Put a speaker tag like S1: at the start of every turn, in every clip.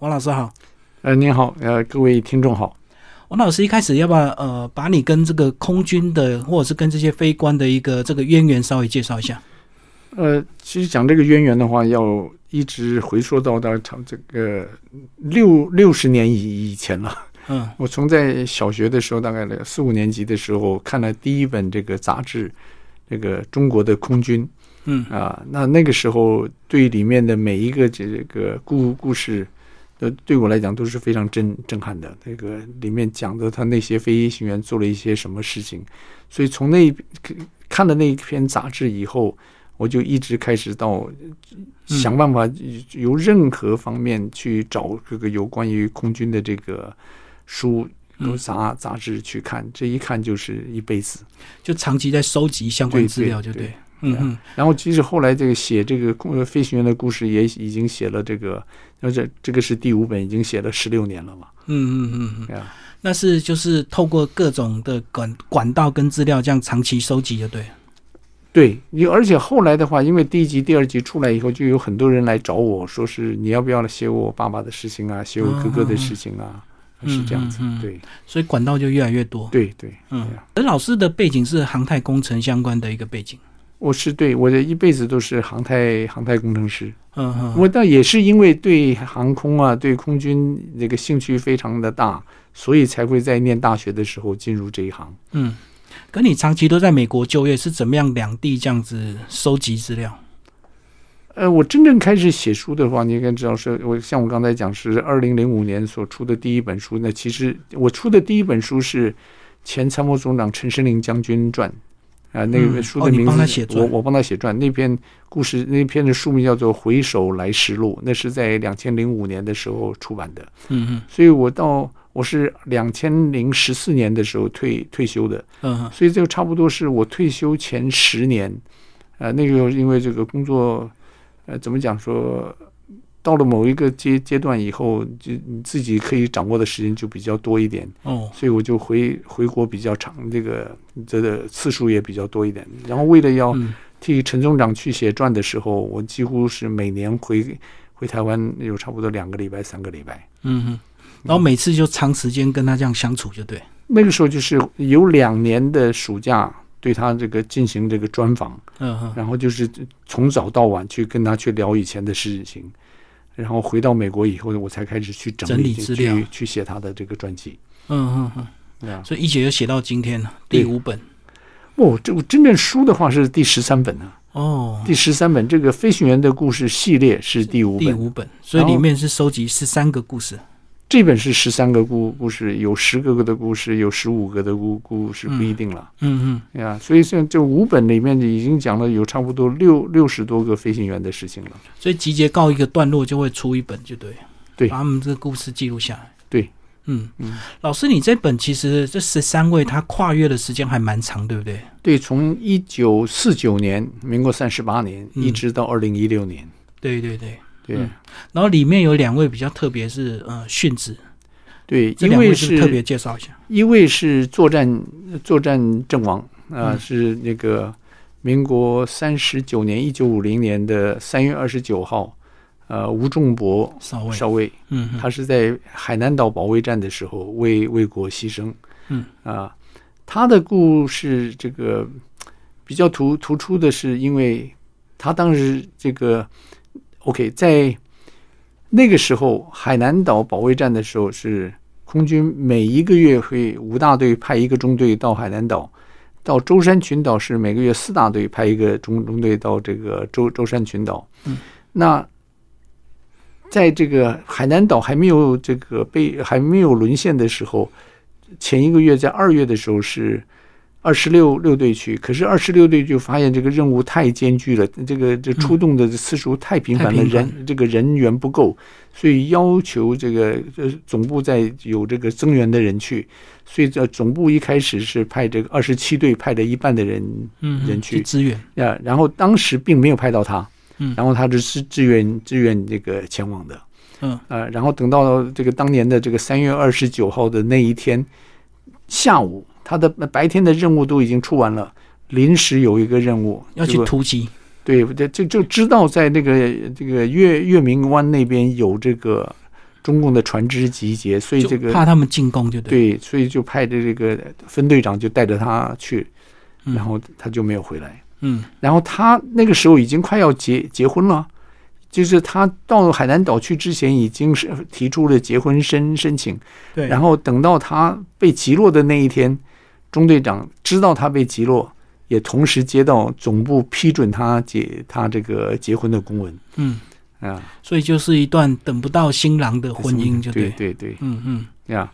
S1: 王老师好。
S2: 呃，您好，呃，各位听众好。
S1: 王老师一开始要不要呃，把你跟这个空军的，或者是跟这些飞官的一个这个渊源稍微介绍一下？
S2: 呃，其实讲这个渊源的话，要一直回溯到到差这个六六十年以以前了。
S1: 嗯
S2: 我从在小学的时候，大概四五年级的时候，看了第一本这个杂志，这个中国的空军
S1: 嗯
S2: 啊、那那个时候对里面的每一个这个故故事，呃，对我来讲都是非常震震撼的。那个里面讲的他那些飞行员做了一些什么事情，所以从那一看了那一篇杂志以后，我就一直开始到
S1: 嗯
S2: 想办法由任何方面去找这个有关于空军的这个书、
S1: 嗯
S2: 杂杂志去看，这一看就是一辈子。
S1: 就长期在收集相关资料，就
S2: 对对
S1: 对。嗯嗯
S2: 然后，即使后来这个写这个空呃飞行员的故事，也已经写了这个，那这这个是第五本，已经写了十六年了嘛。
S1: 嗯嗯嗯嗯，
S2: 对啊，
S1: 那是就是透过各种的管管道跟资料这样长期收集，就对。
S2: 对，你而且后来的话，因为第一集、第二集出来以后，就有很多人来找我说是你要不要写我爸爸的事情啊，写我哥哥的事情啊，
S1: 嗯
S2: 是这样子
S1: 嗯嗯嗯。
S2: 对
S1: 所以管道就越来越多。
S2: 对对，
S1: 嗯
S2: 对啊，
S1: 而老师的背景是航太工程相关的一个背景。
S2: 我是对我的一辈子都是航太航太工程师。
S1: 嗯嗯，
S2: 我倒也是因为对航空啊、对空军这个兴趣非常的大，所以才会在念大学的时候进入这一行。
S1: 嗯，可你长期都在美国就业，是怎么样两地这样子收集资料？
S2: 呃，我真正开始写书的话，你应该知道是，我像我刚才讲是二零零五年所出的第一本书。那其实我出的第一本书是前参谋总长陈升林将军传，啊、那
S1: 嗯
S2: 本书
S1: 哦
S2: 的
S1: 你
S2: 名
S1: 帮他
S2: 字、
S1: 写
S2: 我
S1: 传
S2: 我帮他写传。那篇故事那篇的书名叫做《回首来时路》，那是在两千零五年的时候出版的。
S1: 嗯嗯
S2: 所以我到我是两千零十四年的时候退退休的，
S1: 嗯
S2: 所以这个差不多是我退休前十年，呃，那个时候因为这个工作，呃，怎么讲说，到了某一个阶阶段以后，就你自己可以掌握的时间就比较多一点，
S1: 哦，
S2: 所以我就回回国比较长，这个这个次数也比较多一点。然后为了要
S1: 嗯
S2: 替陈总长去写传的时候，我几乎是每年回回台湾有差不多两个礼拜、三个礼拜。
S1: 嗯嗯，然后每次就长时间跟他这样相处，就对。
S2: 那个时候就是有两年的暑假，对他这个进行这个专访，
S1: 嗯嗯
S2: 然后就是从早到晚去跟他去聊以前的事情，然后回到美国以后，我才开始去整
S1: 整理
S2: 去
S1: 资料
S2: 去去写他的这个传记。
S1: 嗯嗯嗯，
S2: 对啊，
S1: 所以一姐就写到今天了，
S2: 对
S1: 第五本。
S2: 哦，这我真正书的话是第十三本啊，
S1: 哦，
S2: 第十三本这个飞行员的故事系列是第五
S1: 第
S2: 本，
S1: 五本，所以里面是收集十三个故事。
S2: 这本是十三个故故事，有十个的故事，有十五个的故故事
S1: 嗯
S2: 不一定了。
S1: 嗯嗯，
S2: 呀，所以像这五本里面已经讲了有差不多六六十多个飞行员的事情了。
S1: 所以集结告一个段落就会出一本，就对。
S2: 对
S1: 把他们这个故事记录下来。
S2: 对。
S1: 嗯
S2: 嗯，
S1: 老师，你这本其实这十三位他跨越的时间还蛮长，对不对？
S2: 对，从一九四九年，民国三十八年，
S1: 嗯
S2: 一直到二零一六年。
S1: 对对对。
S2: 对、
S1: 嗯然后里面有两位比较特别是呃殉职，
S2: 对，
S1: 这
S2: 一
S1: 两
S2: 位
S1: 位是不
S2: 是
S1: 是特别介绍一下。
S2: 一位是作战作战阵亡啊、
S1: 嗯
S2: 是那个民国三十九年一九五零年的三月二十九号，呃，吴仲博
S1: 稍微，
S2: 少尉。
S1: 嗯，嗯
S2: 他是在海南岛保卫战的时候为为国牺牲。
S1: 嗯
S2: 啊，他的故事这个比较突突出的是，因为他当时这个 OK 在那个时候海南岛保卫战的时候是空军每一个月会五大队派一个中队到海南岛。到舟山群岛是每个月四大队派一个中中队到这个舟舟山群岛，
S1: 嗯，
S2: 那在这个海南岛还没有这个被还没有沦陷的时候，前一个月在二月的时候是二十六六队去，可是二十六队就发现这个任务太艰巨了，这个这出动的次数太频繁了，
S1: 嗯太频繁
S2: 人这个人员不够，所以要求这个呃总部在有这个增援的人去，所以这总部一开始是派这个二十七队派的一半的人
S1: 嗯嗯
S2: 人去
S1: 去支援，
S2: 啊，然后当时并没有派到他，
S1: 嗯
S2: 然后他只是自愿自愿这个前往的，
S1: 嗯，
S2: 呃，然后等到这个当年的这个三月二十九号的那一天下午，他的白天的任务都已经出完了，临时有一个任务
S1: 要去
S2: 这个
S1: 突击。
S2: 对，这就就知道在那个这个月月明湾那边有这个中共的船只集结，所以这个
S1: 就怕他们进攻就对。
S2: 对，所以就派着这个分队长就带着他去，
S1: 嗯
S2: 然后他就没有回来。
S1: 嗯
S2: 然后他那个时候已经快要结结婚了，就是他到海南岛去之前已经是提出了结婚申申请，
S1: 对，
S2: 然后等到他被击落的那一天，中队长知道他被击落，也同时接到总部批准他结他这个结婚的公文
S1: 嗯，
S2: 啊，
S1: 所以就是一段等不到新郎的婚姻就
S2: 对
S1: 对。
S2: 对对啊
S1: 嗯嗯，
S2: 呀，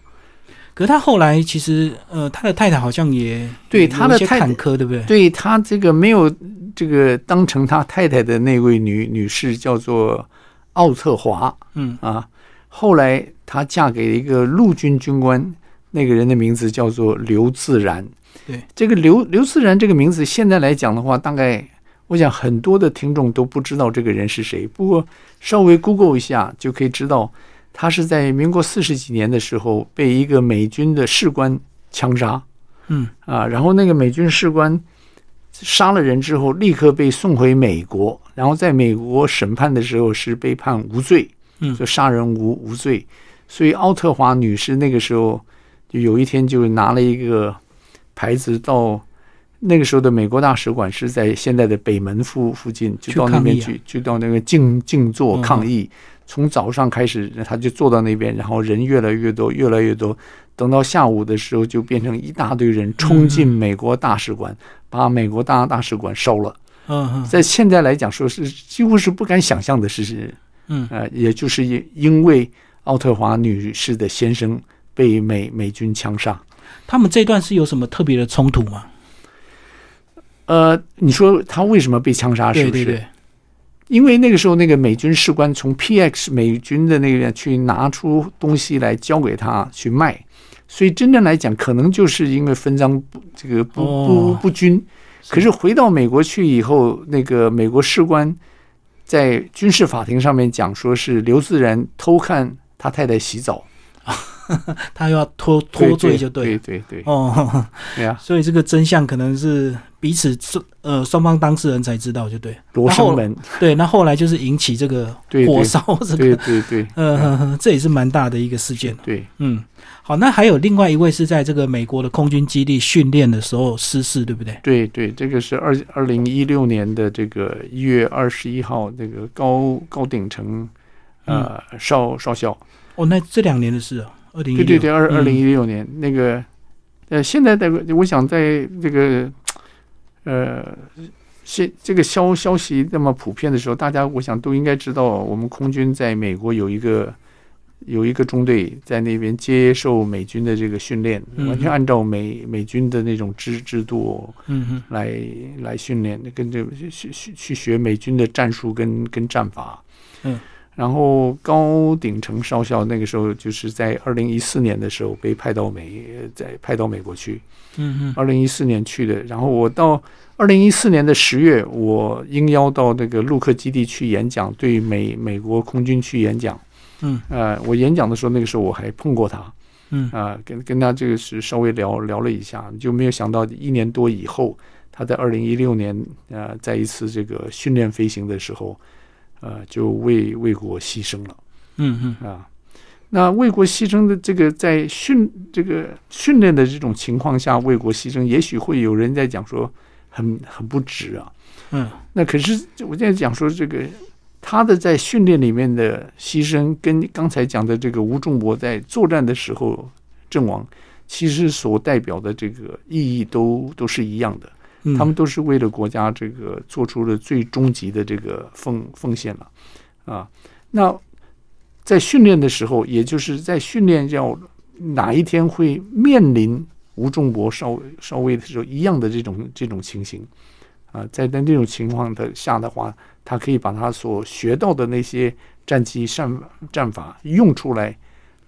S1: 可是他后来其实呃，他的太太好像也
S2: 对
S1: 也
S2: 他的
S1: 有一些
S2: 太太
S1: 坎坷，对不对？
S2: 对他这个没有这个当成他太太的那位女女士叫做奥特华，
S1: 嗯
S2: 啊，后来她嫁给了一个陆军军官，那个人的名字叫做刘自然。
S1: 对，
S2: 这个刘刘自然这个名字，现在来讲的话，大概我想很多的听众都不知道这个人是谁。不过稍微 Google 一下就可以知道，他是在民国四十几年的时候被一个美军的士官枪杀
S1: 嗯
S2: 啊，然后那个美军士官。杀了人之后，立刻被送回美国，然后在美国审判的时候是被判无罪，
S1: 嗯
S2: 就杀人无无罪。所以奥特华女士那个时候就有一天就拿了一个牌子到那个时候的美国大使馆是在现在的北门附附近，就
S1: 去
S2: 到那
S1: 抗
S2: 边
S1: 议啊
S2: 去，就到那个静静坐
S1: 嗯
S2: 抗议。从早上开始，她就坐到那边，然后人越来越多，越来越多。等到下午的时候，就变成一大堆人
S1: 嗯
S2: 冲进美国大使馆，把美国大大使馆烧了。
S1: 嗯嗯
S2: 在现在来讲，说是几乎是不敢想象的事情。
S1: 嗯，
S2: 呃，也就是因因为奥特华女士的先生被美美军枪杀。
S1: 他们这段是有什么特别的冲突吗？
S2: 呃，你说他为什么被枪啊杀？是
S1: 对
S2: 不是？
S1: 对对，
S2: 因为那个时候那个美军士官从 PX 美军的那个去拿出东西来交给他去卖，所以真正来讲，可能就是因为分赃不这个不不
S1: 哦
S2: 不均。
S1: 是
S2: 可是回到美国去以后，那个美国士官在军事法庭上面讲，说是刘自然偷看他太太洗澡，
S1: 他又要脱脱罪就对
S2: 对
S1: 了。
S2: 对对，
S1: 哦，
S2: 对呀。
S1: 所以这个真相可能是彼此双呃双方当事人才知道，就对
S2: 罗生门，
S1: 对。那后来就是引起这个
S2: 对
S1: 火
S2: 对
S1: 烧这
S2: 对
S1: 个，
S2: 对对
S1: 呃，这也是蛮大的一个事件。
S2: 对，
S1: 嗯，好，那还有另外一位是在这个美国的空军基地训练的时候失事，对不对？
S2: 对对，这个是二二零一六年的这个一月二十一号，那个高高鼎城呃少少校，
S1: 哦，那这两年的事哦，二零一
S2: 对对对，
S1: 六，
S2: 二
S1: 嗯
S2: 二零一六年那个呃，现在的我想在这个呃。现这个消消息那么普遍的时候，大家我想都应该知道，我们空军在美国有一个有一个中队在那边接受美军的这个训练，
S1: 嗯
S2: 完全按照美美军的那种制制度
S1: 嗯嗯
S2: 来来训练，跟着去去去学美军的战术跟跟战法。
S1: 嗯，
S2: 然后高鼎城少校那个时候就是在二零一四年的时候被派到美，呃在派到美国去。
S1: 嗯嗯，
S2: 二零一四年去的，然后我到二零一四年的十月，我应邀到那个陆克基地去演讲，对美美国空军去演讲。
S1: 嗯，
S2: 呃，我演讲的时候，那个时候我还碰过他。
S1: 嗯
S2: 啊、跟跟他这个是稍微聊聊了一下，就没有想到一年多以后，他在二零一六年呃，在一次这个训练飞行的时候，呃，就为为国牺牲了
S1: 嗯嗯，
S2: 啊。那为国牺牲的这个在训这个训练的这种情况下为国牺牲，也许会有人在讲说很很不值啊。
S1: 嗯，
S2: 那可是我现在讲说这个他的在训练里面的牺牲，跟刚才讲的这个吴仲博在作战的时候阵亡，其实所代表的这个意义都都是一样的。
S1: 嗯
S2: 他们都是为了国家这个做出了最终极的这个奉奉献了啊。那在训练的时候，也就是在训练要哪一天会面临吴仲博稍稍微的时候一样的这种这种情形啊，在在那种情况的下的话，他可以把他所学到的那些战机战战法用出来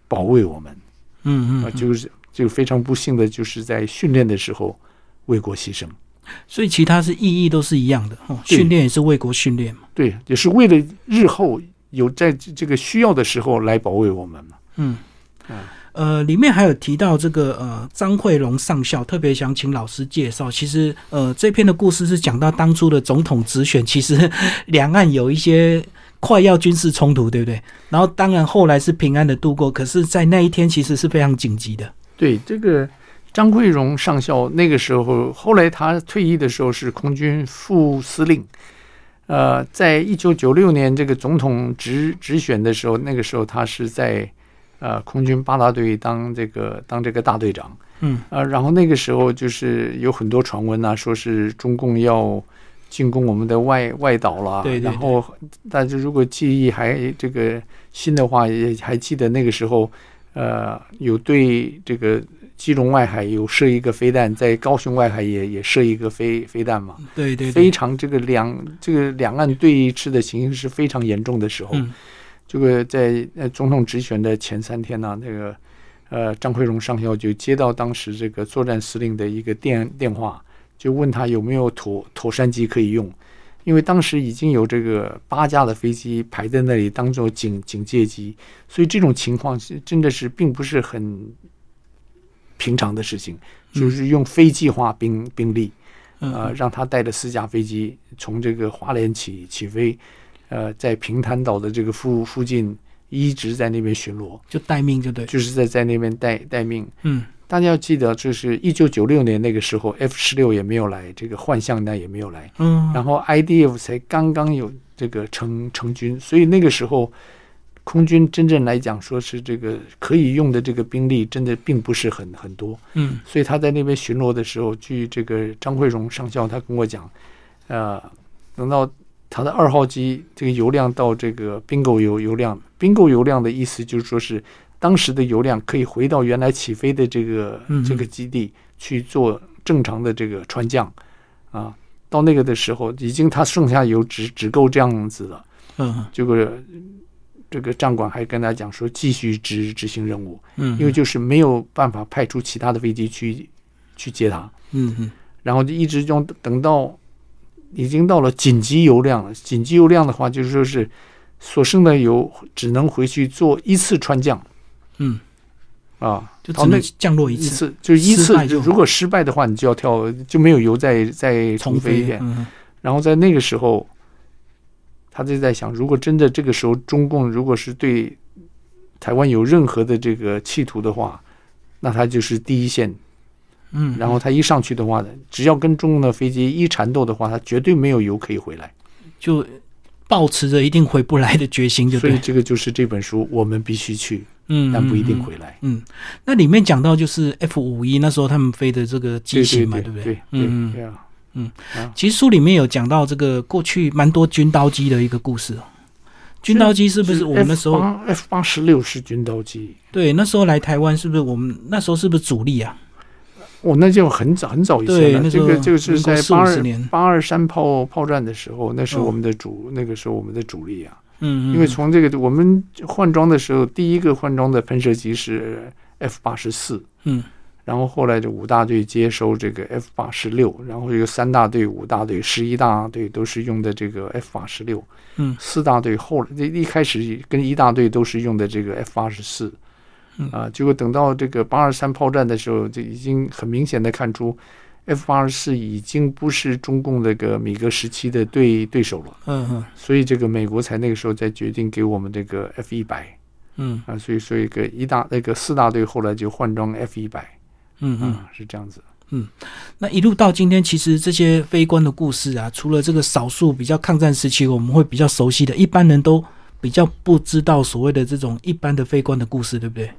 S2: 保卫我们
S1: 嗯嗯
S2: 啊，
S1: 嗯，
S2: 就是就非常不幸的就是在训练的时候为国牺牲。
S1: 所以其他是意义都是一样的哦，
S2: 对
S1: 训练也是为国训练嘛。
S2: 对，也是为了日后有在这这个需要的时候来保卫我们嘛。
S1: 嗯
S2: 嗯，
S1: 呃，里面还有提到这个呃张惠龙上校，特别想请老师介绍。其实呃这篇的故事是讲到当初的总统直选，其实两岸有一些快要军事冲突，对不对？然后当然后来是平安的度过，可是，在那一天其实是非常紧急的。
S2: 对，这个张贵荣上校那个时候，后来他退役的时候是空军副司令。呃，在一九九六年这个总统直直选的时候，那个时候他是在呃空军八大队当这个当这个大队长。
S1: 嗯，
S2: 呃，然后那个时候就是有很多传闻呐、说是中共要进攻我们的外外岛啦。
S1: 对对对
S2: 然后大家如果记忆还这个新的话，也还记得那个时候，呃，有对这个基隆外海有射一个飞弹，在高雄外海也也射一个飞飞弹嘛。
S1: 对对
S2: 非
S1: 对，
S2: 常这个两这个两岸对峙的情形是非常严重的时候。
S1: 嗯
S2: 这个在呃总统直选的前三天呢、那个呃张惠荣上校就接到当时这个作战司令的一个电电话，就问他有没有妥妥山机可以用，因为当时已经有这个八架的飞机排在那里当做警警戒机，所以这种情况是真的是并不是很平常的事情，
S1: 嗯
S2: 就是用非计划兵兵力。
S1: 嗯
S2: 呃，让他带着四架飞机从这个花莲起起飞，呃，在平潭岛的这个附附近一直在那边巡逻，
S1: 就待命就对，
S2: 就是在在那边待待命。
S1: 嗯
S2: 大家要记得，就是一九九六年那个时候，F 十六也没有来，这个幻象弹也没有来，
S1: 嗯，
S2: 然后 IDF 才刚刚有这个成成军，所以那个时候空军真正来讲，说是这个可以用的这个兵力，真的并不是很很多。
S1: 嗯
S2: 所以他在那边巡逻的时候，据这个张惠荣上校他跟我讲，呃，等到他的二号机这个油量到这个 bingo 油油量，bingo 油量的意思就是说是当时的油量可以回到原来起飞的这个
S1: 嗯
S2: 这个基地去做正常的这个穿降啊。到那个的时候，已经他剩下油只只够这样子了。
S1: 嗯
S2: 结果这个战管还跟他讲说，继续执执行任务。
S1: 嗯，
S2: 因为就是没有办法派出其他的飞机去去接他，
S1: 嗯嗯
S2: 然后就一直用等到已经到了紧急油量了。紧急油量的话，就是说是所剩的油只能回去做一次穿降
S1: 嗯，
S2: 啊，
S1: 就
S2: 好
S1: 只能
S2: 那
S1: 降落一
S2: 一
S1: 次，
S2: 次就是一
S1: 失败
S2: 次。
S1: 就好
S2: 如果失败的话，你就要跳，就没有油再再重
S1: 重
S2: 飞一
S1: 飞，
S2: 遍。
S1: 嗯
S2: 然后在那个时候，他就在想，如果真的这个时候中共如果是对台湾有任何的这个企图的话，那他就是第一线
S1: 嗯，
S2: 然后他一上去的话呢，只要跟中共的飞机一缠斗的话，他绝对没有油可以回来。
S1: 嗯就保持着一定回不来的决心，嗯就
S2: 所
S1: 对
S2: 以，这个就是这本书，我们必须去，
S1: 嗯，
S2: 但不一定
S1: 嗯。嗯
S2: 回来。
S1: 嗯，那里面讲到就是 F 五一那时候他们飞的这个机
S2: 对
S1: 型
S2: 对
S1: 嘛，
S2: 对
S1: 不
S2: 对
S1: 对
S2: 对？
S1: 嗯
S2: 对
S1: 嗯。
S2: 对啊，
S1: 其实书里面有讲到这个过去蛮多军刀机的一个故事哦。军刀机是不是我们那时候
S2: F 八十六是军刀机？
S1: 对那时候来台湾是不是我们那时候是不是主力啊？
S2: 哦，那就很早很早以
S1: 对，
S2: 前
S1: 那时
S2: 了。这
S1: 候
S2: 个这个是在
S1: 四
S2: 八
S1: 五十
S2: 二
S1: 年，
S2: 八二三炮炮战的时候，那是
S1: 嗯
S2: 我们的主，那个是我们的主力啊。
S1: 嗯，嗯
S2: 因为从这个我们换装的时候，第一个换装的喷射机是 F 八十四，
S1: 嗯，
S2: 然后后来这五大队接收这个 F 八十六，然后有三大队、五大队、十一大队都是用的这个 F 八十六，
S1: 嗯
S2: 四大队后来这一开始跟一大队都是用的这个 F 八十四
S1: 嗯，
S2: 啊，结果等到这个八二三炮战的时候，就已经很明显的看出 F 八十四已经不是中共那个米格时期的对对手了。
S1: 嗯嗯
S2: 所以这个美国才那个时候才决定给我们这个 F 一百
S1: 嗯
S2: 啊，所以所以个一大那个四大队后来就换装 F 一百
S1: 嗯嗯，
S2: 啊，是这样子。
S1: 那一路到今天，其实这些非官的故事啊，除了这个少数比较抗战时期我们会比较熟悉的，一般人都比较不知道所谓的这种一般的非官的故事，对不对？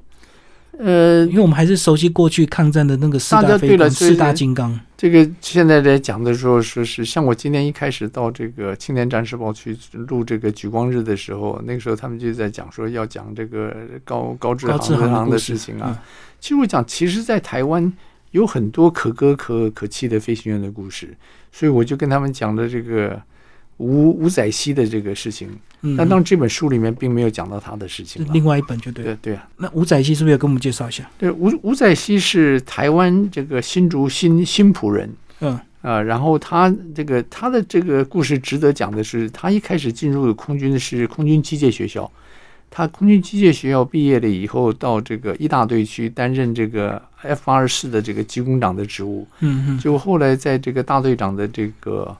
S2: 呃
S1: 因，为我们还是熟悉过去抗战的那个四
S2: 大
S1: 大
S2: 家
S1: 非
S2: 对了
S1: 官、
S2: 所以
S1: 四大金刚。
S2: 这个现在在讲的时候，说是像我今天一开始到这个青年战士报去录这个举光日的时候，那个时候他们就在讲说要讲这个高高志
S1: 高志航的
S2: 航
S1: 故
S2: 啊的
S1: 事嗯
S2: 事情啊。其实我讲，其实，在台湾有很多可歌可可泣的飞行员的故事，所以我就跟他们讲了这个吴吴载熙的这个事情。
S1: 嗯，
S2: 但
S1: 然
S2: 当然这本书里面并没有讲到他的事情
S1: 是
S2: 了。
S1: 另外一本就对了。
S2: 对对啊，
S1: 那吴载熙是不是要跟我们介绍一下？
S2: 对吴吴载熙是台湾这个新竹新新浦人
S1: 嗯
S2: 啊、呃然后他这个他的这个故事值得讲的是，他一开始进入的空军是空军机械学校，他空军机械学校毕业了以后，到这个一大队去担任这个 F 二四的这个机工长的职务，
S1: 嗯嗯
S2: 结果后来在这个大队长的这个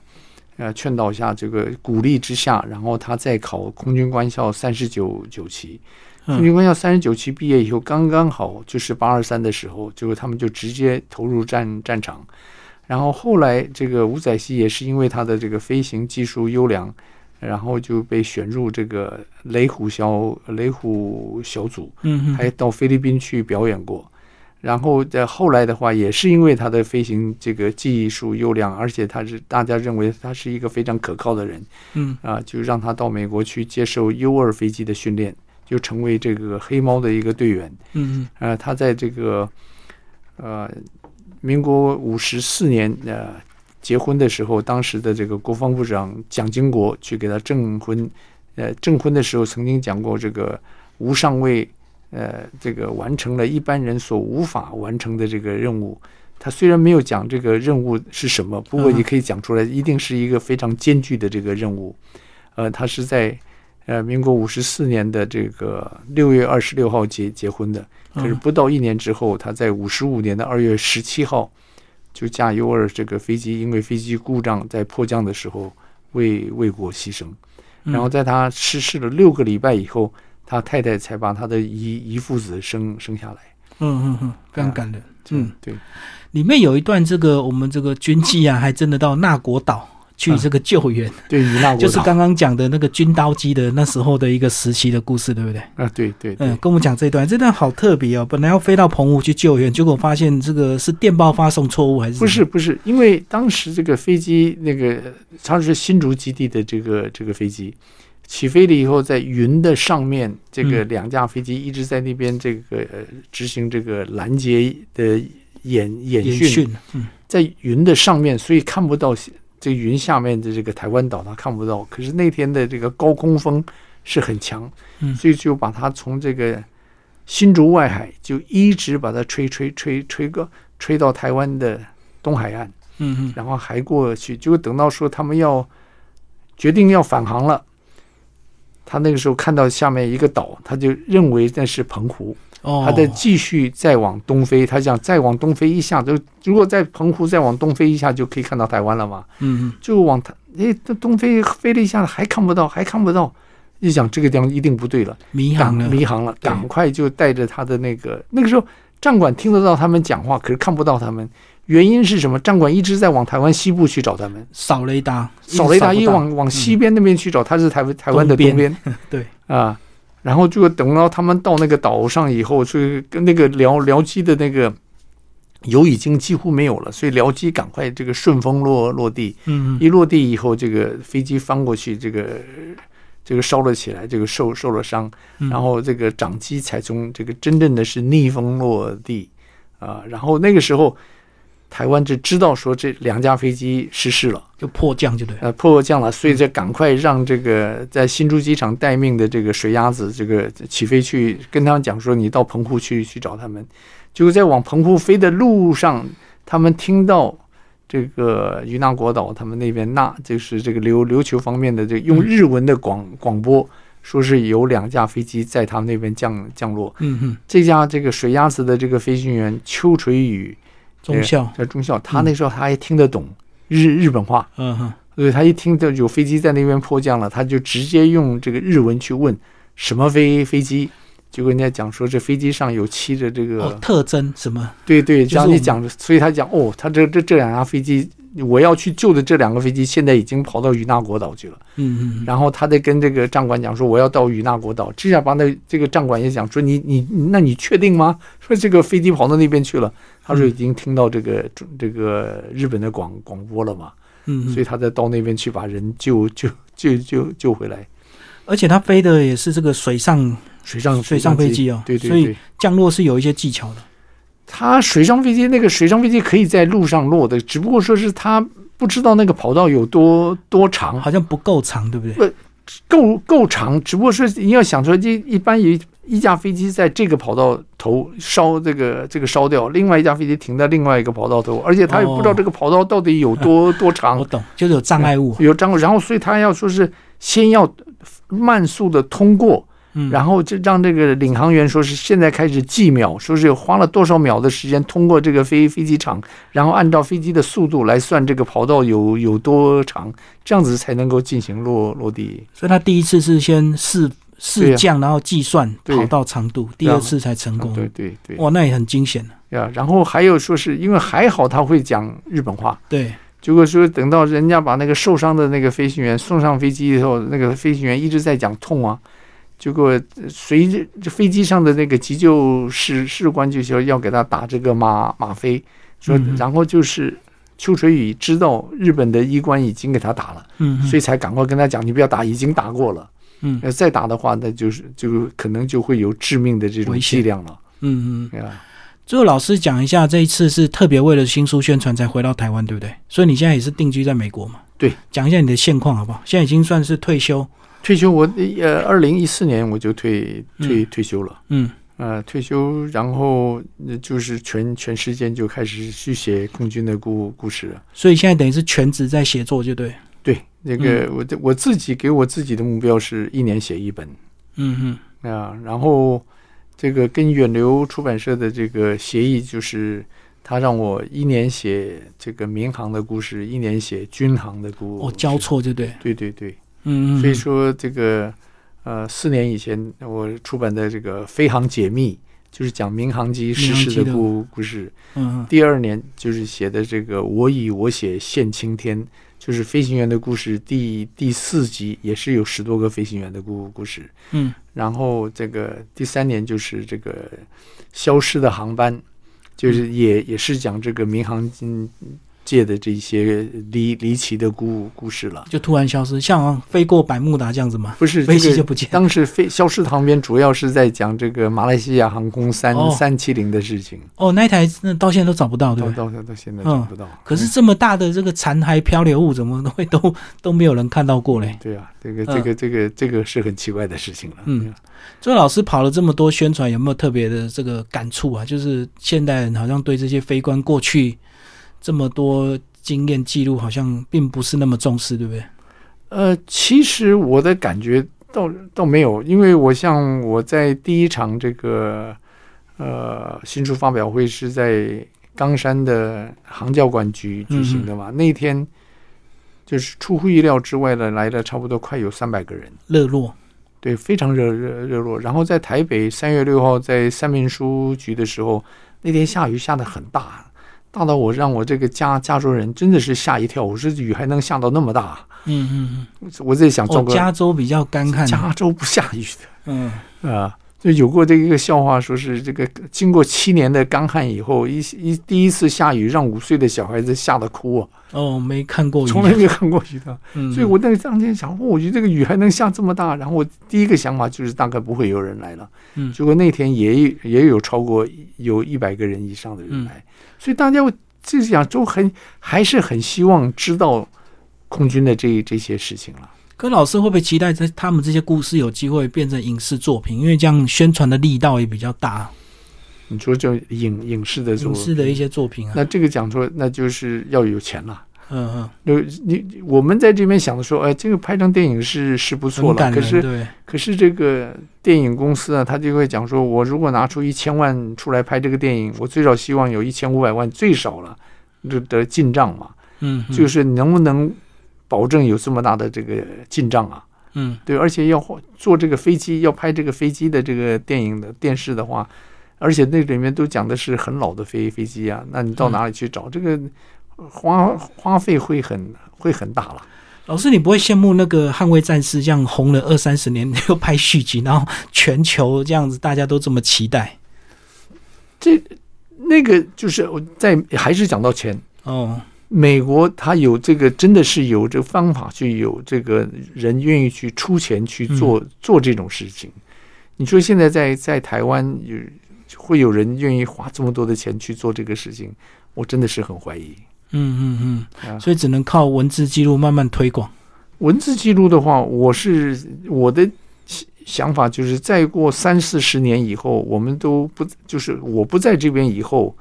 S2: 呃劝导下，这个鼓励之下，然后他再考空军官校三十九九期。
S1: 嗯
S2: 空军官校三十九期毕业以后，刚刚好就是八二三的时候，结果他们就直接投入战战场。然后后来这个吴载熙也是因为他的这个飞行技术优良，然后就被选入这个雷虎小雷虎小组，
S1: 嗯
S2: 还到菲律宾去表演过。然后在后来的话，也是因为他的飞行这个技术优良，而且他是大家认为他是一个非常可靠的人
S1: 嗯
S2: 啊，就让他到美国去接受 U 二飞机的训练，就成为这个黑猫的一个队员。
S1: 嗯嗯
S2: 呃，他在这个呃民国五十四年呃结婚的时候，当时的这个国防部长蒋经国去给他证婚，呃，证婚的时候曾经讲过，这个吴上尉呃这个完成了一般人所无法完成的这个任务。他虽然没有讲这个任务是什么，不过
S1: 嗯
S2: 你可以讲出来，一定是一个非常艰巨的这个任务。呃，他是在呃民国五十四年的这个六月二十六号结结婚的，可是
S1: 嗯
S2: 不到一年之后，他在五十五年的二月十七号，就驾 U 二这个飞机，因为飞机故障在迫降的时候为为国牺牲。
S1: 嗯，
S2: 然后在他逝世了六个礼拜以后，他太太才把他的遗遗父子生生下来。
S1: 嗯嗯嗯，非
S2: 啊
S1: 常感人。嗯，
S2: 对，
S1: 里面有一段这个我们这个军机啊，还真的到那国岛去这个救援，
S2: 对于嗯那国
S1: 就是
S2: 岛
S1: 刚刚讲的那个军刀机的那时候的一个时期的故事，对不对？
S2: 啊，对对对
S1: 嗯，，跟我们讲这段，这段好特别哦。本来要飞到澎湖去救援，结果发现这个是电报发送错误还是什么
S2: 不是？不是，因为当时这个飞机那个它是新竹基地的这个这个飞机起飞了以后，在云的上面，这个
S1: 嗯
S2: 两架飞机一直在那边这个、呃执行这个拦截的演
S1: 演
S2: 演训，
S1: 训？嗯
S2: 在云的上面，所以看不到这云下面的这个台湾岛，它看不到。可是那天的这个高空风是很强，
S1: 嗯
S2: 所以就把它从这个新竹外海就一直把它吹吹吹吹个吹到台湾的东海岸。
S1: 嗯嗯
S2: 然后还过去，结果等到说他们要决定要返航了，他那个时候看到下面一个岛，他就认为那是澎湖，
S1: 哦，
S2: 他在继续再往东飞，他想再往东飞一下，就如果在澎湖再往东飞一下，就可以看到台湾了嘛，
S1: 嗯嗯
S2: 就往他诶，这东飞飞了一下还看不到，还看不到。一想这个地方一定不对了，
S1: 迷
S2: 赶
S1: 航了，
S2: 迷航了，
S1: 对
S2: 赶快就带着他的那个那个时候站管听得到他们讲话，可是看不到他们，原因是什么？站管一直在往台湾西部去找他们，
S1: 扫雷达，
S2: 扫雷达
S1: 不
S2: 一
S1: 到
S2: 往往西边那边去找，他是台湾台湾的
S1: 东
S2: 东
S1: 边
S2: 边
S1: 对
S2: 啊。然后就等到他们到那个岛上以后，所以跟那个僚僚机的那个油已经几乎没有了，所以僚机赶快这个顺风落落地。
S1: 嗯嗯
S2: 一落地以后，这个飞机翻过去，这个这个烧了起来，这个受受了伤。
S1: 嗯，
S2: 然后这个掌机才从这个真正的是逆风落地啊、然后那个时候，台湾就知道说这两架飞机失事了，
S1: 就迫降就对了，
S2: 呃，迫降了，所以就赶快让这个在新竹机场待命的这个水鸭子，这个起飞去跟他们讲说，你到澎湖去去找他们。结果在往澎湖飞的路上，他们听到这个于那国岛他们那边那就是这个琉琉球方面的这个用
S1: 嗯
S2: 日文的广广播，说是有两架飞机在他们那边降降落。
S1: 嗯嗯，
S2: 这架这个水鸭子的这个飞行员邱垂宇
S1: 中校，
S2: 在中校，他那时候他还听得懂日日本话。
S1: 嗯嗯
S2: 所以他一听到有飞机在那边迫降了，他就直接用这个日文去问什么飞飞机，结果人家讲说这飞机上有漆着这个，
S1: 哦，特征什么？
S2: 对对，
S1: 就是
S2: 这
S1: 我
S2: 样
S1: 们
S2: 一讲，所以他讲哦，他这这这两架飞机，我要去救的这两个飞机现在已经跑到与那国岛去了，
S1: 嗯嗯嗯，
S2: 然后他再跟这个战管讲说我要到与那国岛，这下把那这个战管也讲说你你那你确定吗？说这个飞机跑到那边去了，他
S1: 嗯
S2: 说已经听到这个这个日本的广广播了嘛。
S1: 嗯嗯
S2: 所以他再到那边去把人救救救救救回来。
S1: 而且它飞的也是这个水上
S2: 水上
S1: 水上飞，机哦，
S2: 对对
S1: 所以
S2: 对，
S1: 降落是有一些技巧的，
S2: 他水上飞机那个水上飞机可以在路上落的，只不过说是他不知道那个跑道有多多长，
S1: 好像不够长，对不对？
S2: 够够长，只不过说你要想说这一般一一架飞机在这个跑道头烧这个这个烧掉，另外一架飞机停在另外一个跑道头，而且他也不知道
S1: 哦
S2: 这个跑道到底有 多多长
S1: 我，懂，就是有障碍物，啊
S2: 有张，然后所以他要说是先要慢速的通过，
S1: 嗯，
S2: 然后这让这个领航员说是现在开始计秒，说是花了多少秒的时间通过这个飞飞机场，然后按照飞机的速度来算这个跑道有有多长，这样子才能够进行落落地。
S1: 所以他第一次是先试
S2: 对
S1: 试
S2: 啊
S1: 降，然后计算
S2: 对
S1: 跑道长度，第
S2: 对啊
S1: 二次才成功。
S2: 对对对，
S1: 哇，那也很惊险啊
S2: 呀，然后还有说是因为还好他会讲日本话，
S1: 对，
S2: 结果说等到人家把那个受伤的那个飞行员送上飞机以后，那个飞行员一直在讲痛啊。结果呃随着这飞机上的那个急救士士官就说要给他打这个吗吗啡，说
S1: 嗯
S2: 然后就是邱垂宇知道日本的医官已经给他打了，
S1: 嗯，嗯
S2: 所以才赶快跟他讲你不要打，已经打过了。
S1: 嗯
S2: 呃，再打的话，那就是就可能就会有致命的这种
S1: 危险
S2: 剂量了。啊
S1: 嗯嗯。
S2: 呀，
S1: 最后老师讲一下，这一次是特别为了新书宣传才回到台湾，对不对？所以你现在也是定居在美国嘛？
S2: 对，
S1: 讲一下你的现况好不好？现在已经算是退休，
S2: 退休我呃，二零一四年我就退退退休了。
S1: 嗯
S2: 呃，退休，然后呃就是全全时间就开始去写空军的故故事了。
S1: 所以现在等于是全职在写作，就对。
S2: 对，那个我的我自己给我自己的目标是一年写一本
S1: 嗯嗯
S2: 啊，然后这个跟远流出版社的这个协议就是，他让我一年写这个民航的故事，一年写军航的故
S1: 哦，交。错就对。
S2: 对对对，
S1: 嗯嗯。
S2: 所以说这个呃，四年以前我出版的这个《飞航解密》，就是讲民航机失
S1: 民航
S2: 事
S1: 机
S2: 的
S1: 的
S2: 故故事。
S1: 嗯嗯
S2: 第二年就是写的这个“我以我写献青天”，就是飞行员的故事第第四集，也是有十多个飞行员的故故事。
S1: 嗯
S2: 然后这个第三年就是这个消失的航班，就是也、也是讲这个民航嗯界的这些离离奇的故故事了。
S1: 就突然消失，像飞过百慕达这样子嘛，
S2: 不是
S1: 飞
S2: 这
S1: 机
S2: 个
S1: 就不见。
S2: 当时飞消失的航班主要是在讲这个马来西亚航空三
S1: 哦
S2: 三七零的事情，
S1: 哦，那一台那到现在都找不到，对
S2: 到
S1: 不对？
S2: 到到现在
S1: 嗯
S2: 找不到。
S1: 可是这么大的这个残骸漂流物，怎么会都都没有人看到过嘞？
S2: 对啊，这个
S1: 嗯
S2: 这个这个这个是很奇怪的事情了。啊
S1: 嗯，周老师跑了这么多宣传，有没有特别的这个感触啊？就是现代人好像对这些非官过去这么多经验记录，好像并不是那么重视，对不对？
S2: 呃，其实我的感觉倒倒没有，因为我像我在第一场这个呃新书发表会是在冈山的航教馆举举行的嘛，
S1: 嗯
S2: 那天就是出乎意料之外的来了差不多快有三百个人。
S1: 热络，
S2: 对，非常热热热络。然后在台北三月六号在三民书局的时候，那天下雨下得很大，大到我让我这个加加州人真的是吓一跳。我说雨还能下到那么大，
S1: 嗯嗯
S2: 我在想
S1: 嗯。
S2: 做
S1: 哦，
S2: 个、
S1: 加州比较干旱，
S2: 加州不下雨
S1: 嗯，
S2: 的啊。就有过这个一个笑话，说是这个经过七年的干旱以后，一一第一次下雨，让五岁的小孩子吓得哭啊，
S1: 哦，没看过雨，
S2: 从来没有看过雨的。
S1: 嗯，
S2: 所以我那当天想，哦我觉得这个雨还能下这么大，然后我第一个想法就是大概不会有人来了。
S1: 嗯
S2: 结果那天也有也有超过有一百个人以上的人
S1: 嗯
S2: 来，所以大家就是想都很还是很希望知道空军的这这些事情了。
S1: 可老师会不会期待这他们这些故事有机会变成影视作品？因为这样宣传的力道也比较大，
S2: 你说这影影视的作
S1: 影视的一些作品啊，
S2: 那这个讲说，那就是要有钱了。
S1: 嗯嗯，
S2: 那你我们在这边想的说，哎，这个拍成电影是是不错
S1: 很
S2: 了，
S1: 感
S2: 可
S1: 人，
S2: 是
S1: 对，
S2: 可是这个电影公司啊，他就会讲说，我如果拿出一千万出来拍这个电影，我最少希望有一千五百万最少了的的进账嘛，
S1: 嗯，嗯
S2: 就是能不能保证有这么大的这个进账啊？
S1: 嗯
S2: 对，而且要花坐这个飞机，要拍这个飞机的这个电影的电视的话，而且那里面都讲的是很老的飞飞机啊，那你到哪里去找？这个花花费会很会很大了。
S1: 老师，你不会羡慕那个《捍卫战士》这样红了二三十年，又拍续集，然后全球这样子大家都这么期待
S2: 那个就是我在还是讲到钱。
S1: 哦？
S2: 美国它有这个，真的是有这个方法去有这个人愿意去出钱去做、做这种事情。你说现在在在台湾有会有人愿意花这么多的钱去做这个事情，我真的是很怀疑。
S1: 嗯嗯
S2: 啊
S1: 嗯，所以只能靠文字记录慢慢推广。
S2: 文字记录的话，我是我的想想法就是，再过三四十年以后，我们都不就是我不在这边以后，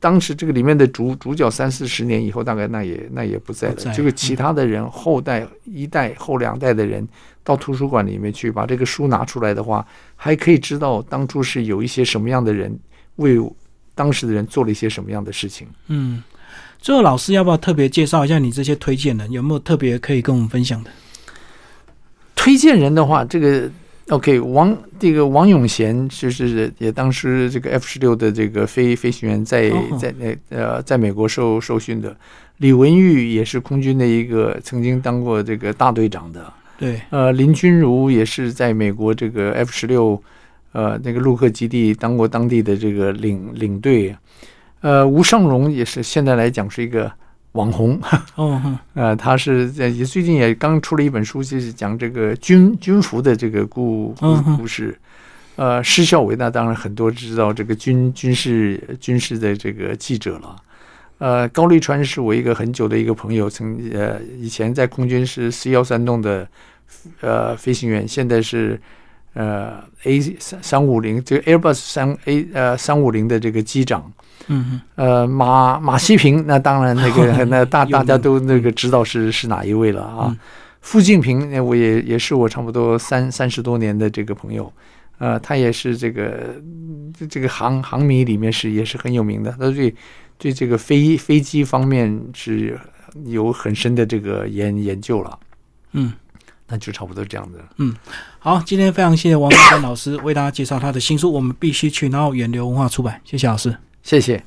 S2: 当时这个里面的主主角三四十年以后，大概那也那也不在了。
S1: 不在
S2: 这个其他的人后代一代后两代的人到图书馆里面去把这个书拿出来的话，还可以知道当初是有一些什么样的人为当时的人做了一些什么样的事情。
S1: 嗯，最后老师要不要特别介绍一下你这些推荐人？有没有特别可以跟我们分享的？
S2: 推荐人的话，这个 OK，王这个王永贤就是也当时这个 F 十六的这个飞飞行员在
S1: 哦
S2: 在那呃在美国受受训的，李文玉也是空军的一个曾经当过这个大队长的，
S1: 对，
S2: 呃，林君如也是在美国这个 F 十六呃那个陆克基地当过当地的这个领领队，呃，吴尚荣也是现在来讲是一个网红，
S1: 哦，哼
S2: 呃，他是在也最近也刚出了一本书，就是讲这个军军服的这个故故
S1: 嗯哼
S2: 故事。呃，施孝伟那当然很多知道这个军军事军事的这个记者了。呃，高立川是我一个很久的一个朋友，曾呃以前在空军是 C 幺三栋的呃飞行员，现在是呃 A 三三五零这个 Airbus 三 A 呃三五零的这个机长。
S1: 嗯
S2: 呃，马马西平，那当然那个那大
S1: 有名
S2: 大家都那个知道是是哪一位了啊。
S1: 嗯
S2: 傅敬平，那我也也是我差不多三三十多年的这个朋友，呃，他也是这个嗯这这个航航迷里面是也是很有名的，他对对这个飞飞机方面是有很深的这个研研究了，
S1: 嗯，
S2: 那就差不多这样子。
S1: 好，今天非常谢谢王明山老师为大家介绍他的新书《我们必须去》，然后远流文化出版，谢谢老师。
S2: 谢谢。